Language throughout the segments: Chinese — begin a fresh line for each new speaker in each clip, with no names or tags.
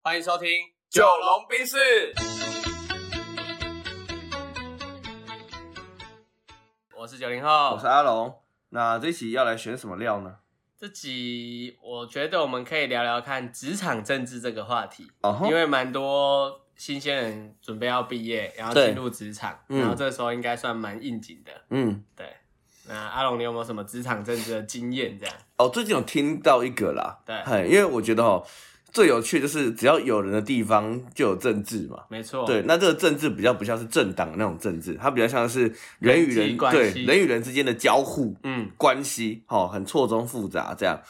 欢迎收听《
九龙冰室。
我是九零后
我是。阿龙。那这一期要来选什么料呢？
这集我觉得我们可以聊聊看职场政治这个话题，
哦吼
因为蛮多新鲜人准备要毕业，然后
对
进入职场，
嗯
然后这时候应该算蛮应景的。
嗯，
对，那阿龙，你有没有什么职场政治的经验？这样，
哦，最近有听到一个啦，
对
嘿，因为我觉得哦，最有趣就是只要有人的地方就有政治嘛。
没错，
对，，那这个政治比较不像是政党的那种政治，它比较像是人与
人际
人
关
对
系
人与人之间的交互
嗯，
关系，哦，很错综复杂这样。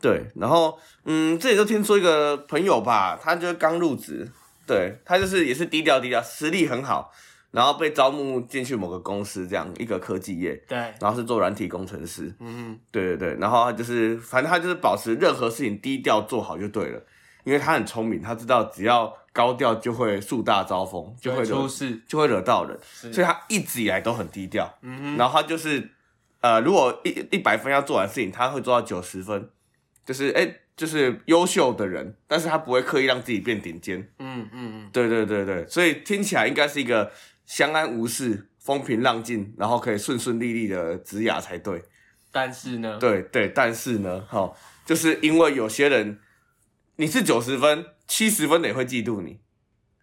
对，然后嗯，这里就听说一个朋友吧，他就刚入职，对他就是也是低调低调，实力很好，然后被招募进去某个公司这样一个科技业，
对，
然后是做软体工程师，
嗯，
对对对，然后他就是，反正他就是保持任何事情低调做好就对了，因为他很聪明，他知道只要高调就会树大招风，就会
出
惹
事，
就会惹到人，
所
所以他一直以来都很低调。
嗯哼，
然后他就是，呃，如果一一百分要做完事情，他会做到九十分，就是哎、就是优秀的人，但是他不会刻意让自己变顶尖。
嗯嗯
对对对对，所以听起来应该是一个相安无事、风平浪静，然后可以顺顺利利的职涯才对。
嗯，但是呢，
对对，但是呢，哈、就是因为有些人你是九十分，七十分的也会嫉妒你，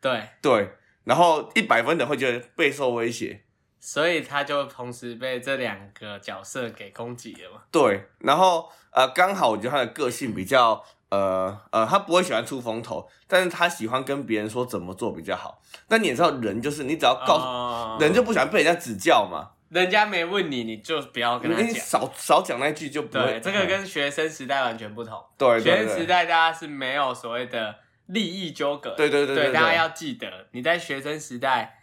对，
对，然后一百分的会觉得备受威胁，
所以他就同时被这两个角色给攻击了嘛，
对，然后呃，刚好我觉得他的个性比较呃呃，他不会喜欢出风头，但是他喜欢跟别人说怎么做比较好。但你也知道，人就是你只要告诉、
哦
人就不喜欢被人家指教嘛，
人家没问你，你就不要跟他
你
讲。
少少讲那一句就不会。
对，这个跟学生时代完全不同。
对对
学生时代大家是没有所谓的利益纠葛的。
对对对对对
大家要记得，你在学生时代，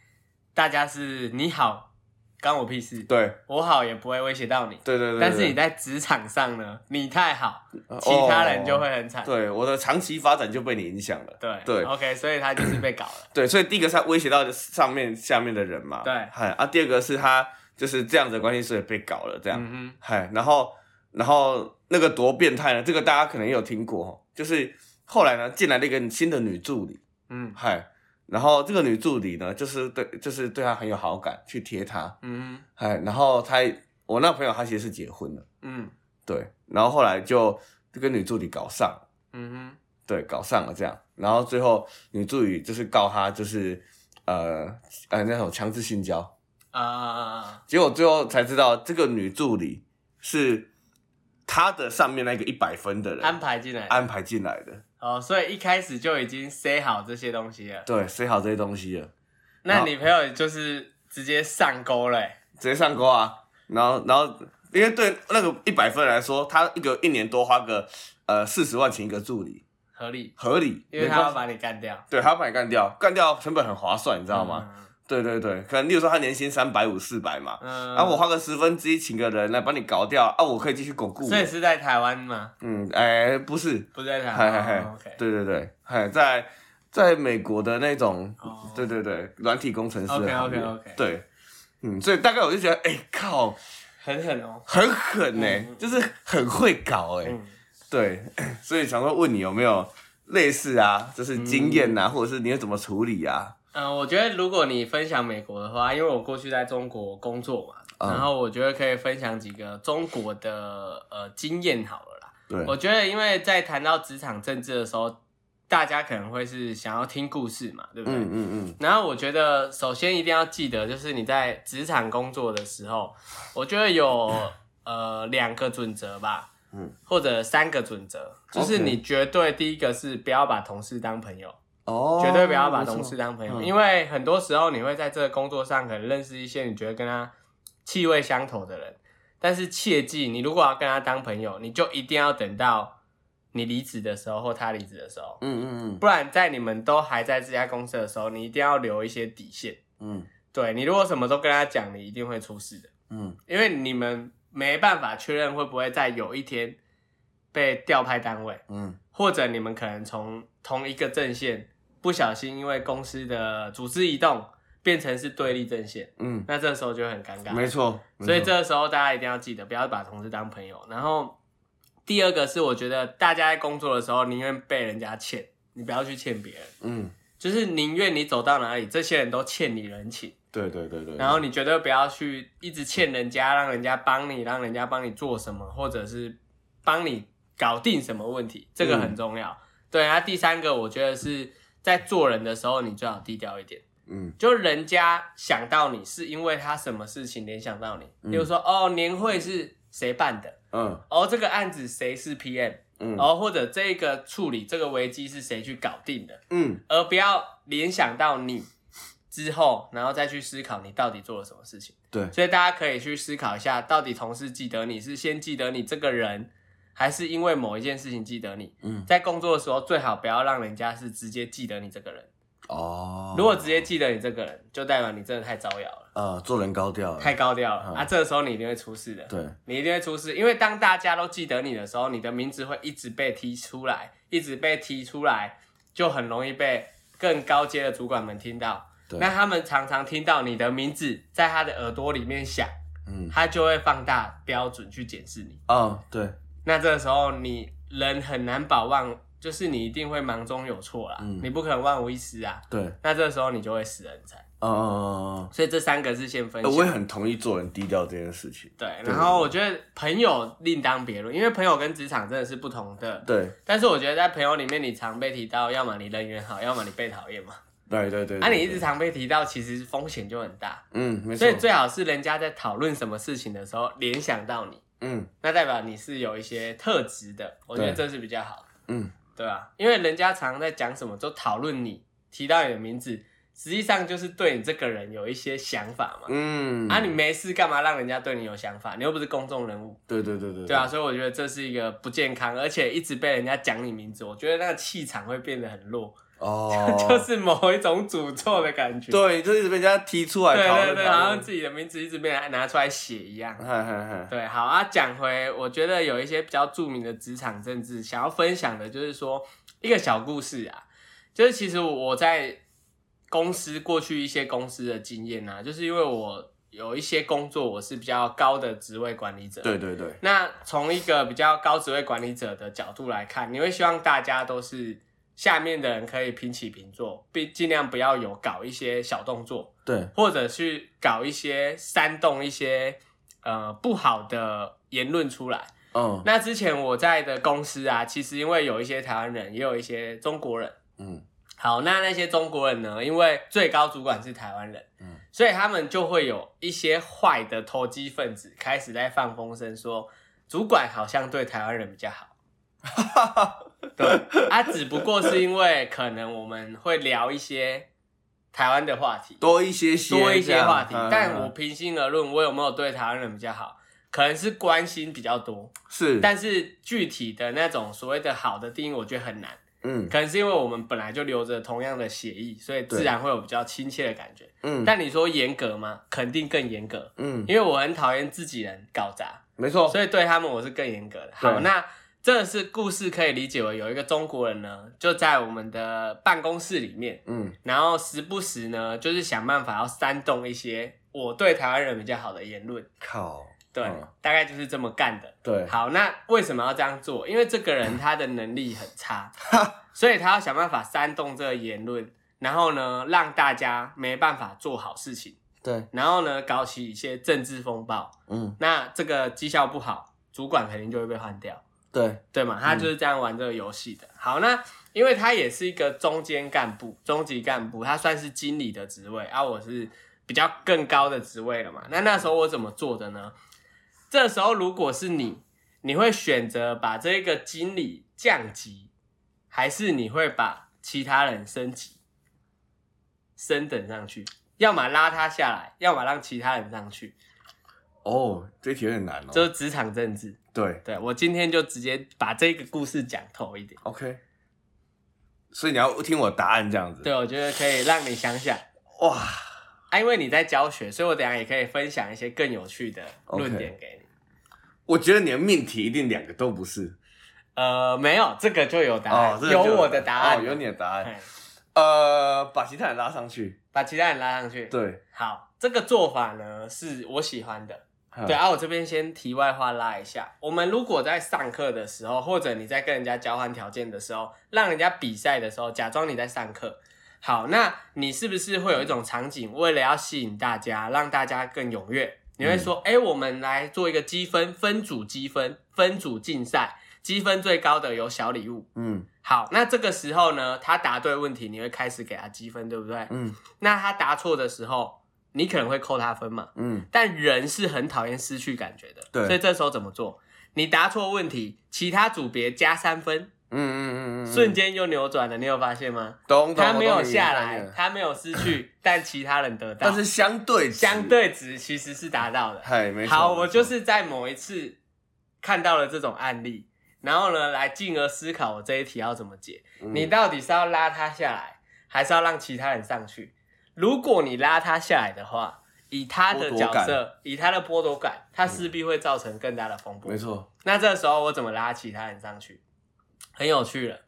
大家是你好，干我屁事。，
对
我好也不会威胁到你。
对对对对，
但是你在
在
职场上呢，你太好，其他人就、会很惨。
对我的长期发展就被你影响了。
对
对
OK，所以他就是被搞了。
对，所以第一个是他威胁到上面下面的人嘛，
对
嗨啊，第二个是他就是这样子的关系，所以被搞了这样，
嗯
嗨，然后然后那个多变态呢？这个大家可能也有听过哦，就是后来呢进来了一个新的女助理，
哼，嗯
嗨，然后这个女助理呢就是对就是对她很有好感，去贴她，
嗯
嗨，然后她我那朋友她其实是结婚了，
哼嗯
对，然后后来就就跟女助理搞上了，
嗯哼，
对，搞上了这样，然后最后女助理就是告他就是呃呃那种强制性交，
啊啊啊啊！
结果最后才知道这个女助理是他的上面那个一百分的人
安排进来的。
安排进来的，
哦，所以一开始就已经塞好这些东西了。
对，塞好这些东西了，
那你朋友就是直接上钩嘞、
直接上钩啊，然后然后因为对那个一百分来说，他一个一年多花个呃四十万请一个助理
合理，
合理，
因为
没
他
关
要
系
把嗯你干掉，
对他要把你干掉，干掉成本很划算，你知
知
道吗？？对对对，可能例如说他年薪三百五四百嘛，
嗯，
啊，我花个十分之一请个人来把你搞掉啊，我可以继续巩固我。
所以是在台湾吗？
嗯，哎、不是，
不是在台
嗨
湾
嗨嗨，
哦，OK，
对对对，嗨，在在美国的那种，
哦
对对对，软体工程师的行业
OK，OK，OK
对，嗯，所以大概我就觉得，哎、靠，
狠狠哦，
很狠呢、
嗯
就是很会搞哎、
嗯，
对， 所以想说问你有没有类似啊，就是经验啊，或者是你会怎么处理啊？
嗯，我觉得如果你分享美国的话，因为我过去在中国工作嘛，
嗯
然后我觉得可以分享几个中国的呃经验好了啦。
对，
我觉得因为在谈到职场政治的时候，大家可能会是想要听故事嘛，对不对？
嗯嗯嗯，
然后我觉得，首先一定要记得，就是你在职场工作的时 候，我觉得有呃两个准则吧，
嗯，
或者三个准则，就是你绝对第一个是不要把同事当朋友，
哦，
绝对不要把
没错
同事当朋友，
嗯
因为很多时候你会在这个工作上可能认识一些你觉得跟他气味相投的人，但是切记，你如果要跟他当朋友，你就一定要等到你离职的时候或他离职的时候，
嗯嗯嗯
不然在你们都还在这家公司的时候，你一定要留一些底线。
嗯
对你如果什么都跟他讲，你一定会出事的，
嗯，
因为你们没办法确认会不会在有一天被调派单位，
嗯
或者你们可能从同一个阵线不小心因为公司的组织移动变成是对立阵线，
嗯
那这时候就会很尴尬。
嗯，没错，没
啊所以
错
这时候大家一定要记得，不要把同事当朋友。然后第二个是，我觉得大家在工作的时候宁愿被人家欠，你不要去欠别人，
嗯，
就是宁愿你走到哪里，这些人都欠你人情，
对对对对。
然后你绝对不要去一直欠人家，让人家帮你，让人家帮你做什么，或者是帮你搞定什么问题，这
嗯
个很重要。对，然后第三个，我觉得是在做人的时候，你最好低调一点。
嗯
就人家想到你，是因为他什么事情联想到你，
嗯
比如说哦，年会是谁办的，
嗯
哦，这个案子谁是 PM，
嗯
哦，或者这个处理这个危机是谁去搞定的，
嗯
而不要联想到你之后，然后再去思考你到底做了什么事情。
对
所以大家可以去思考一下，到底同事记得你是先记得你这个人，还是因为某一件事情记得你？
嗯
在工作的时候，最好不要让人家是直接记得你这个人。
哦。
如果直接记得你这个人，就代表你真的太招摇了，
呃做人高调了，
太高调了
嗯
啊！这个时候你一定会出事的。
对
你一定会出事，因为当大家都记得你的时候，你的名字会一直被踢出来，一直被踢出来，就很容易被更高阶的主管们听到。
对
那他们常常听到你的名字在他的耳朵里面响，
嗯
他就会放大标准去检视你。
哦对
那这个时候你人很难保忘，就是你一定会忙中有错啦，
嗯
你不可能万无一失啊。
对
那这个时候你就会死人才。
嗯嗯嗯嗯
所以这三个是先分
嗯，呃
享。
我也很同意做人低调这件事情。
对，
对
然后我觉得朋友另当别论，因为朋友跟职场真的是不同的。
对
但是我觉得在朋友里面，你常被提到，要么你人缘好，要么你被讨厌嘛。
对对对，
啊，
对
你一直
对
常被提到，其实风险就很大。
嗯没错
所，以最好是人家在讨论什么事情的时候联想到你，
嗯
那代表你是有一些特质的。我觉得
对
这是比较好的，
嗯
对吧、因为人家常在讲什么，就讨论你，提到你的名字，实际上就是对你这个人有一些想法嘛。
嗯
啊，你没事干嘛让人家对你有想法？你又不是公众人物。
对对对对
对啊，，所以我觉得这是一个不健康，而且一直被人家讲你名字，我觉得那个气场会变得很弱，，
哦
就是某一种诅咒的感觉。
对，就一直被人家提出来
对
讨论，
对对，
讨
好
论
像自己的名字一直被拿出来写一样。
嗨嗨嗨，
对，好啊，讲回我觉得有一些比较著名的职场政治，想要分享的就是说一个小故事啊，就是其实我在公司过去一些公司的经验啊，就是因为我有一些工作我是比较高的职位管理者，
对对对，
那从一个比较高职位管理者的角度来看，你会希望大家都是下面的人可以平起平坐，并尽量不要有搞一些小动作，
对，
或者去搞一些煽动一些呃不好的言论出来。
嗯
那之前我在的公司啊，其实因为有一些台湾人，也有一些中国人。
嗯
好，那那些中国人呢？因为最高主管是台湾人，
嗯
所以他们就会有一些坏的投机分子开始在放风声说，主管好像对台湾人比较好。对，啊，只不过是因为可能我们会聊一些台湾的话题，
多一些些
多一
这
些
样
话题
嗯。
但我
嗯
平心而论，我有没有对台湾人比较好？可能是关心比较多，
是，
但是具体的那种所谓的好的定义，我觉得很难。
嗯
可能是因为我们本来就留着同样的血液，所以自然会有比较亲切的感觉。
嗯，
但你说严格吗？肯定更严格，
嗯
因为我很讨厌自己人搞砸，
没错，
所以对他们我是更严格的。
对
好，那这是故事可以理解为有一个中国人呢，就在我们的办公室里面，
嗯
然后时不时呢，就是想办法要煽动一些我对台湾人比较好的言论。
靠，
对，
嗯
大概就是这么干的。
对，
好，那为什么要这样做？因为这个人他的能力很差，所以他要想办法煽动这个言论，然后呢，让大家没办法做好事情，
对，
然后呢，搞起一些政治风暴。
嗯
那这个绩效不好，主管肯定就会被换掉，
对，
对吗？他就是这样玩这个游戏的。好，那因为他也是一个中间干部、中级干部，他算是经理的职位，啊，我是比较更高的职位了嘛。那那时候我怎么做的呢？这时候如果是你，你会选择把这个经理降级，还是你会把其他人升级、升等上去？要么拉他下来，要么让其他人上去，
哦，这题有点难哦，
这是职场政治。
对
对我今天就直接把这个故事讲透一点。
，OK，所以你要听我答案这样子，
对，我觉得可以让你想想
哇，
啊，因为你在教学，所以我等一下也可以分享一些更有趣的论点给你。
我觉得你的命题一定两个都不是，
呃，没有，这个就有答案，
哦，这个
有
就
我的答案，
哦有你的答案，
哎。
呃，把其他人拉上去，
把其他人拉上去。，
对，
好，这个做法呢是我喜欢的，
嗯
对啊，我这边先题外话拉一下，我们如果在上课的时候，或者你在跟人家交换条件的时候，让人家比赛的时候，假装你在上课。好，那你是不是会有一种场景，为了要吸引大家，让大家更踊跃，你
嗯
会说，哎、我们来做一个积分，分组积分，分组竞赛，积分最高的有小礼物。
嗯
好，那这个时候呢，他答对问题，你会开始给他积分，对不对？
嗯
那他答错的时候，你可能会扣他分嘛？
嗯
但人是很讨厌失去感觉的，
对
所以这时候怎么做？你答错问题，其他组别加三分，
嗯嗯嗯嗯，
瞬间就扭转了，你有发现吗？
懂懂，
他
我
没
懂
有
你
下
概念
来，他没有失 去，但其他人得到，
但是相对
相
值，
对值其实是达到的。
嗨，没错，
好，
没错
我就是在某一次看到了这种案例，然后呢，来进而思考我这一题要怎么解。
嗯
你到底是要拉他下来，还是要让其他人上去？如果你拉他下来的话，以他的角
剥夺
色，以他的剥夺感，他势必会造成更大的风波。
没错，
那这时候我怎么拉其他人上去？很有趣了，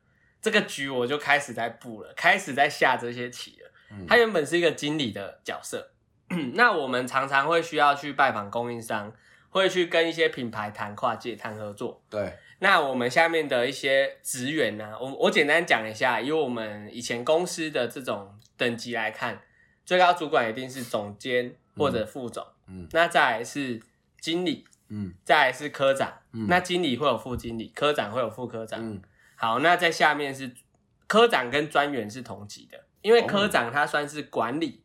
这个局我就开始在布了，开始在下这些棋了。
嗯
他原本是一个经理的角色， 那我们常常会需要去拜访供应商，会去跟一些品牌谈跨界、谈合作。
对，
那我们下面的一些职员呢、我我简单讲一下，以我们以前公司的这种等级来看，最高主管一定是总监或者副总，
嗯
那再来是经理，
嗯
再来是科长，
嗯
那经理会有副经理，科长会有副科长。
嗯
好，那在下面是科长跟专员是同级的，因为
哦
科长他算是管理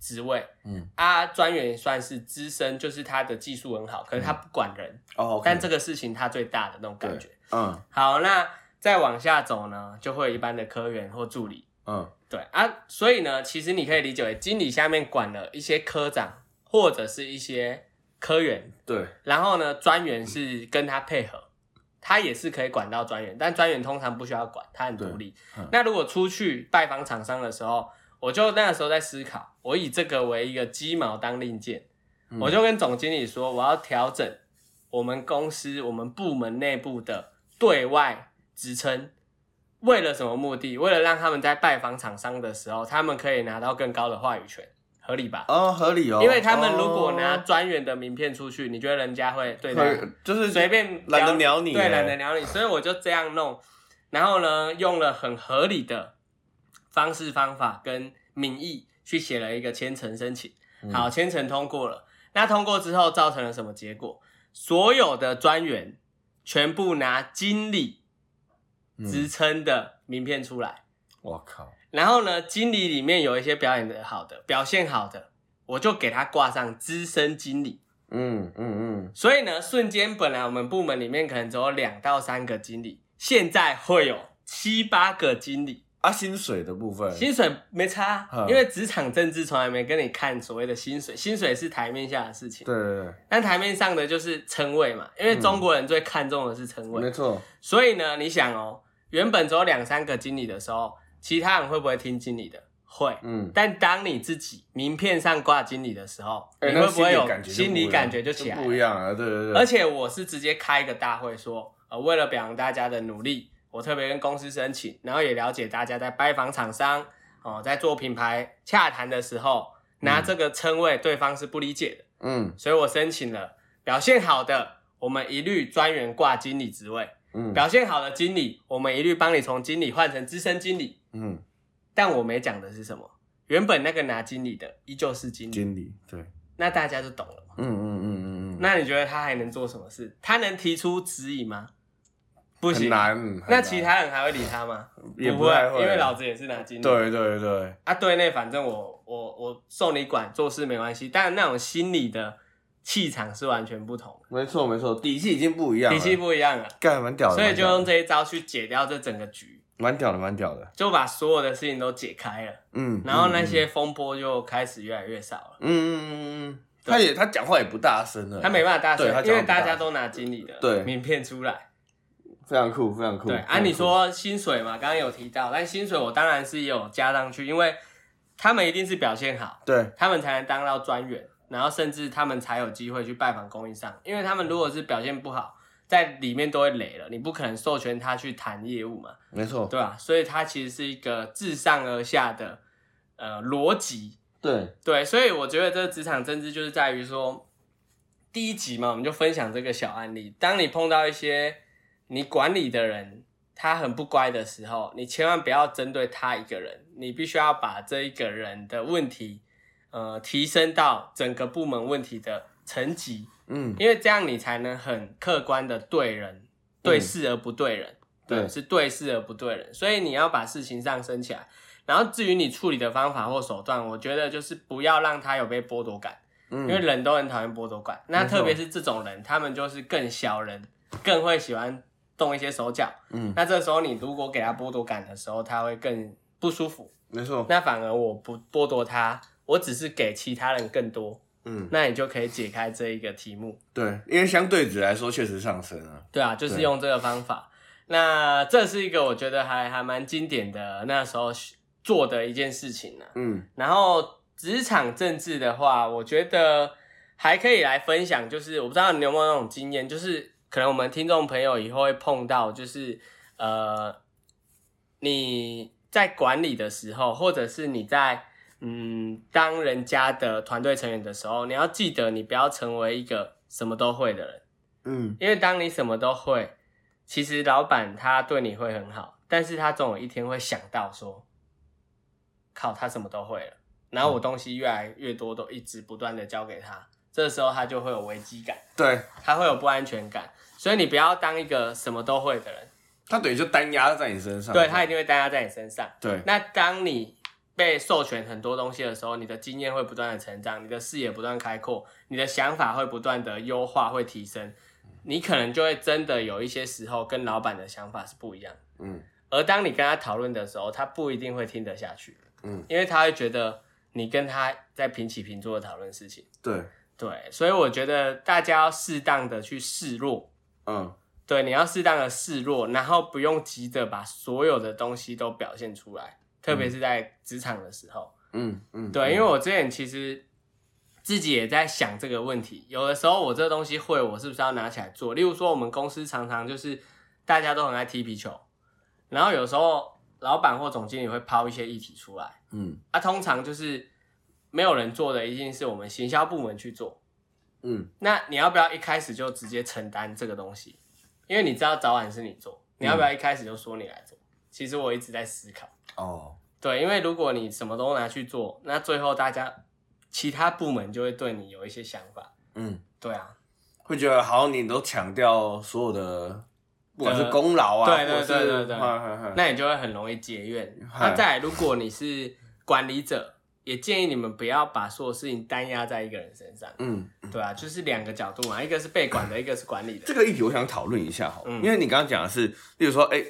职位、
嗯，
啊，专员算是资深，就是他的技术很好，可是他不管人，
哦，
但这个事情他最大的那种感觉。
嗯
好，那再往下走呢，就会有一般的科员或助理。
嗯
对啊，所以呢，其实你可以理解为经理下面管了一些科长或者是一些科员，
对，
然后呢，专员是跟他配合，他也是可以管到专员，但专员通常不需要管，他很独立
对嗯。
那如果出去拜访厂商的时候，我就那个时候在思考，我以这个为一个鸡毛当令箭，
嗯
我就跟总经理说，我要调整我们公司我们部门内部的对外职称。为了什么目的？为了让他们在拜访厂商的时候，他们可以拿到更高的话语权，合理吧？
哦，合理哦，
因为他们如果
哦
拿专员的名片出去，你觉得人家会对他
可就是
随便
懒得鸟你
对，
欸
懒得鸟你，所以我就这样弄。然后呢，用了很合理的方式方法跟民意去写了一个签呈申请，
嗯
好，签呈通过了。那通过之后造成了什么结果？所有的专员全部拿经理职
嗯，
称的名片出来，
我靠，
然后呢，经理里面有一些表演的好的、表现好的，我就给他挂上资深经理。
嗯嗯
所以呢，瞬间本来我们部门里面可能只有两到三个经理，现在会有七八个经理，
啊，薪水的部分，
薪水没差
嗯，
因为职场政治从来没跟你看所谓的薪水，薪水是台面下的事情，
对对
但台面上的就是称谓嘛，因为中国人最看重的是称
对，
谓，
没错，
所以呢，你想哦，原本只有两三个经理的时候，其他人会不会听经理的？会，
嗯，
但当你自己名片上挂经理的时候，
哎
你
那
会不会
理
有
感觉就
心
不一
理
样
感觉就起来了？
不一样啊，对对对，
而
且
且我是直接开一个大会说，呃，为了表扬大家的努力，我特别跟公司申请，然后也了解大家在拜访厂商哦、在做品牌洽谈的时候，拿这个称谓对方是不理解的，
嗯
所以我申请了表现好的，我们一律专员挂经理职位；
嗯
表现好的经理，我们一律帮你从经理换成资深经理。
嗯，
但我没讲的是什么，原本那个拿经理的依旧是经理，
经理对，
那大家就懂了嘛。
嗯嗯嗯嗯嗯，
那你觉得他还能做什么事？他能提出质疑吗？不
很
行。
难，很难
那其他人还会理他吗？
也
不啊
太会，
因为老子也是拿金的。
对对对，
啊，对内反正我我我受你管，做事没关系。但那种心理的气场是完全不同
没错没错，底气已经不一
的，
样
脾
了，
气不一样了。啊
干蛮屌的，
所以
蛮
就
屌的
用这一招去解掉这整个局，
蛮屌的，蛮屌的，
就把所有的事情都解开了，
嗯，
然后那
嗯
些风波就开始越来越少了。
嗯嗯嗯嗯，他也他讲话也不大声了，
他没办法大声
对他，讲
因
话
为
不大
大家都拿经理的
对
名片出来。
非常酷，非常酷。
对，
非常
啊，
酷
你，说薪水嘛，刚刚有提到，但薪水我当然是也有加上去，因为他们一定是表现好，
对，
他们才能当到专员，然后甚至他们才有机会去拜访供应商，因为他们如果是表现不好，在里面都会累了，你不可能授权他去谈业务嘛，
没错，
对吧、所以它其实是一个自上而下的呃逻辑，
对，
对，所以我觉得这职场政治就是在于说，第一集嘛，我们就分享这个小案例。当你碰到一些你管理的人他很不乖的时候，你千万不要针对他一个人，你必须要把这一个人的问题，呃，提升到整个部门问题的层级，
嗯，
因为这样你才能很客观的对人，对事而不对人。对，
对
是对事而不对人，所以你要把事情上升起来。然后至于你处理的方法或手段，我觉得就是不要让他有被剥夺感，
嗯，
因为人都很讨厌剥夺感。那
没错
特别是这种人，他们就是更小人，更会喜欢动一些手脚。
嗯，
那这时候你如果给他剥夺感的时候，他会更不舒服。
没错，
那反而我不剥夺他，我只是给其他人更多，
嗯，
那你就可以解开这一个题目。
对，因为相对值来说确实上升啊，
对啊，就是
对
用这个方法。那这是一个我觉得还还蛮经典的那时候学做的一件事情呢、啊
嗯
然后职场政治的话，我觉得还可以来分享，就是我不知道你有没有那种经验，就是可能我们听众朋友以后会碰到，就是呃，你在管理的时候，或者是你在嗯当人家的团队成员的时候，你要记得你不要成为一个什么都会的人。
嗯，
因为当你什么都会，其实老板他对你会很好，但是他总有一天会想到说，靠，他什么都会了，然后我东西越来越多，都一直不断的交给他，这时候他就会有危机感，
对，
他会有不安全感，所以你不要当一个什么都会的人，
他等于就单压在你身上，
对他一定会担压在你身上。
对，
那当你被授权很多东西的时候，你的经验会不断的成长，你的视野不断开阔，你的想法会不断的优化，会提升，你可能就会真的有一些时候跟老板的想法是不一样的。
嗯
而当你跟他讨论的时候，他不一定会听得下去，
嗯，
因为他会觉得你跟他在平起平坐的讨论事情。
对，
对，所以我觉得大家要适当的去示弱，
嗯
对，你要适当的示弱，然后不用急着把所有的东西都表现出来，特别是在职场的时候。
嗯嗯，
对，因为我之前其实自己也在想这个问题，有的时候我这个东西会，我是不是要拿起来做？例如说，我们公司常常就是大家都很爱踢皮球，然后有时候老板或总经理会抛一些议题出来，
嗯
啊，通常就是没有人做的，一定是我们行销部门去做。
嗯
那你要不要一开始就直接承担这个东西？因为你知道早晚是你做，你要不要一开始就说你来做？其实我一直在思考。
哦，
对，因为如果你什么都拿去做，那最后大家其他部门就会对你有一些想法。
嗯，
对啊，
会觉得好，像你都强调所有的，不管是功劳啊，
对对
或者是啊
对对对
嗨嗨嗨
那你就会很容易结怨。
嗨
那再来，如果你是管理者，也建议你们不要把所有事情单压在一个人身上。
嗯，
对啊，就是两个角度嘛，一个是被管的，一个是管理的
这。个议题我想讨论一下哈，
嗯
因为你刚刚讲的是，例如说，哎、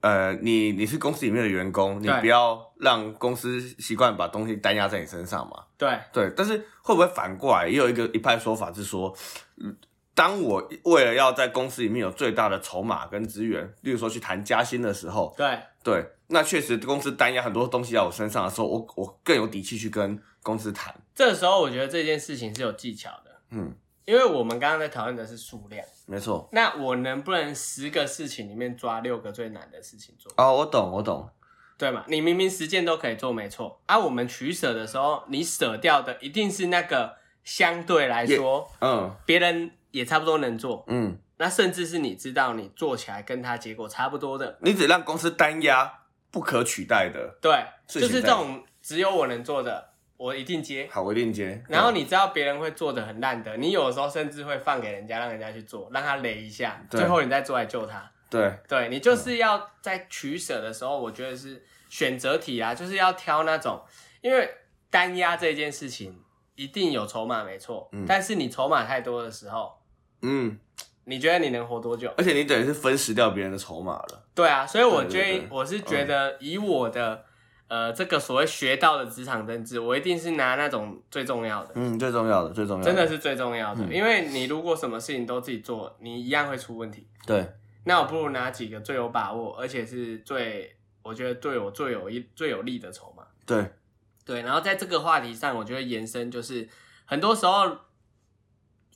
呃，你你是公司里面的员工，你
对
不要让公司习惯把东西单压在你身上嘛。
对，
对，但是会不会反过来也有一个一派说法是说，嗯当我为了要在公司里面有最大的筹码跟资源，例如说去谈加薪的时候，
对，
对，那确实公司单压很多东西在我身上的时候，我我更有底气去跟公司谈。
这时候我觉得这件事情是有技巧的，
嗯，
因为我们刚刚在讨论的是数量。
没错。
那我能不能十个事情里面抓六个最难的事情做？
哦，我懂，我懂。
对嘛？你明明十件都可以做，没错。啊，我们取舍的时候，你舍掉的一定是那个相对来说
嗯
别人也差不多能做，
嗯，
那甚至是你知道你做起来跟他结果差不多的，
你只让公司单压不可取代的，
对，
事
就
情
是这种只有我能做的，我一定接。
好，我链接。
然后你知道别人会做的很烂的，你有的时候甚至会放给人家，让人家去做，让他雷一下，
对
最后你再出来救他。
对，
对你就是要在取舍的时候，我觉得是选择题啊，就是要挑那种，因为单压这件事情一定有筹码没错，
嗯
但是你筹码太多的时候，
嗯，
你觉得你能活多久？
而且你等于是分食掉别人的筹码了。
对啊，所以我
对
觉
对
得
对嗯
我是觉得以我的、呃这个所谓学到的职场政治，我一定是拿那种最重要的。
嗯，最重要的，最重要的，
真的是最重要的，
嗯
因为你如果什么事情都自己做，你一样会出问题。
对，
那我不如拿几个最有把握，而且是最我觉得对我最有益、最有利的筹码。
对，
对，然后在这个话题上，我觉得延伸就是很多时候，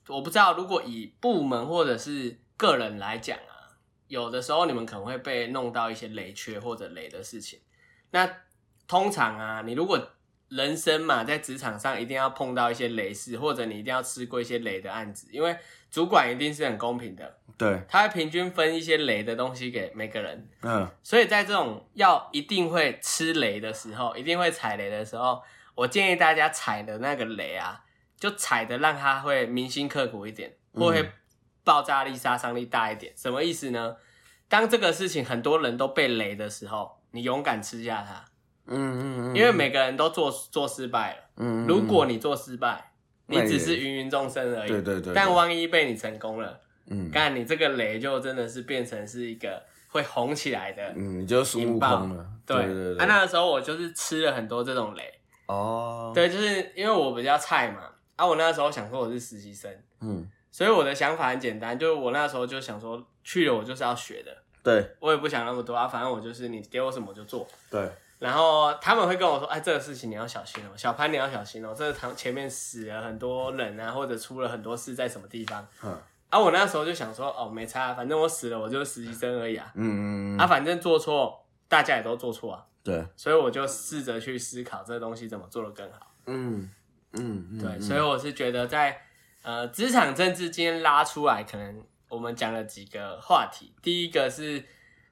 我不知道如果以部门或者是个人来讲啊，有的时候你们可能会被弄到一些雷缺或者雷的事情。那通常啊，你如果人生嘛，在职场上一定要碰到一些雷事，或者你一定要吃过一些雷的案子，因为主管一定是很公平的，
对，
他会平均分一些雷的东西给每个人。
嗯，
所以在这种要一定会吃雷的时候，一定会踩雷的时候，我建议大家踩的那个雷啊，就踩的让它会铭心刻骨一点，
嗯
或会爆炸力、杀伤力大一点。什么意思呢？当这个事情很多人都被雷的时候，你勇敢吃下它，
嗯嗯嗯，
因为每个人都做做失败了。
嗯，嗯
如果你做失败，你
那也
只是芸芸众生而已。
对对对对
但万一被你成功了，
嗯
干你这个雷就真的是变成是一个会红起来的。
嗯，你就是孙悟
引爆
空了，
对
对对
啊，那个时候我就是吃了很多这种雷，
哦，，
对，就是因为我比较菜嘛，啊，我那时候想说我是实习生，
嗯，
所以我的想法很简单，就是我那时候就想说去了我就是要学的，
对
我也不想那么多啊，反正我就是你给我什么我就做。
对，
然后他们会跟我说，哎，这个事情你要小心哦，小潘你要小心哦，这个堂前面死了很多人啊，或者出了很多事在什么地方
嗯
啊，我那时候就想说，哦，没差，反正我死了我就是实习生而已啊，
嗯嗯
啊，
嗯，
反正做错大家也都做错啊，
对，
所以我就试着去思考这东西怎么做得更好。
嗯嗯嗯，
对，
嗯
所以我是觉得在呃职场政治今天拉出来，可能我们讲了几个话题。第一个是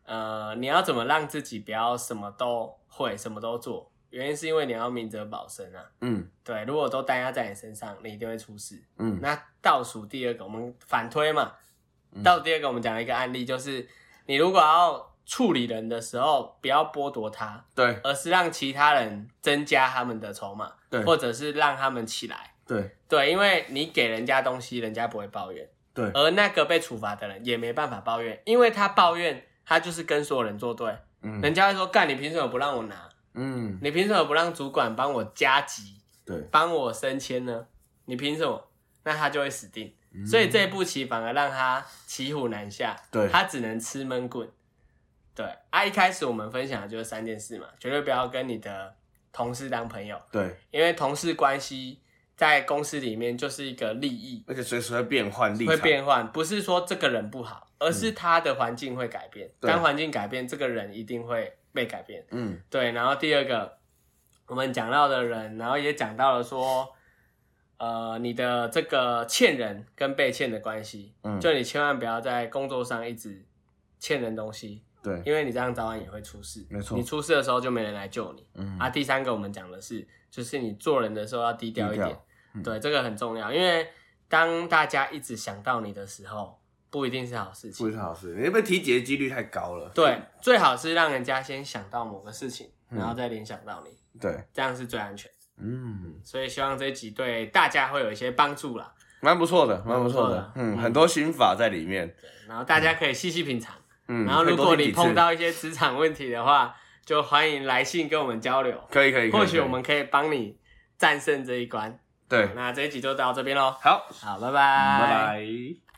呃你要怎么让自己不要什么都会，什么都做，原因是因为你要明哲保身啊。
嗯
对，如果都担压在你身上，你一定会出事。
嗯
那倒数第二个，我们反推嘛。倒数第二个，我们讲了一个案例，就是你如果要处理人的时候，不要剥夺他，
对
而是让其他人增加他们的筹码，
对
或者是让他们起来。
对
对，因为你给人家东西，人家不会抱怨，
对
而那个被处罚的人也没办法抱怨，因为他抱怨，他就是跟所有人作对，
嗯
人家会说：“干，你凭什么不让我拿？
嗯
你凭什么不让主管帮我加急，
对，
帮我升迁呢？你凭什么？”那他就会死定。
嗯
所以这一步棋反而让他骑虎难下，
对
他只能吃闷棍。对啊，一开始我们分享的就是三件事嘛，绝对不要跟你的同事当朋友，
对，
因为同事关系在公司里面就是一个利益
而且随时会变换立场，嗯
会变换，不是说这个人不好，而是他的环境会改变。
对
当环境改变，这个人一定会被改变。
嗯
对，然后第二个，我们讲到的人，然后也讲到了说，呃，你的这个欠人跟被欠的关系，
嗯
就你千万不要在工作上一直欠人东西，
对，
因为你这样早晚也会出事。
没错
你出事的时候就没人来救你。
嗯
啊，第三个我们讲的是，就是你做人的时候要低调一
低
点
调，嗯
对，这个很重要，因为当大家一直想到你的时候，不一定是好事情
不。是好事，你被提及的几率太高了，
对，最好是让人家先想到某个事情，
嗯
然后再联想到你，
对，
这样是最安全的。
嗯，
所以希望这一集对大家会有一些帮助啦，
蛮不错的，蛮不错的
蛮，不错的
嗯，
嗯
很多心法在里面，
然后大家可以细细品尝。
嗯，
然后
可以
如
多
果
听
你
几次
碰，到一些职场问题的话，就欢迎来信跟我们交流，
可以可以，可以
或许
可以
我们可以帮你战胜这一关。
对，
那这一集就到这边喽，
好，
好，拜拜，
拜拜。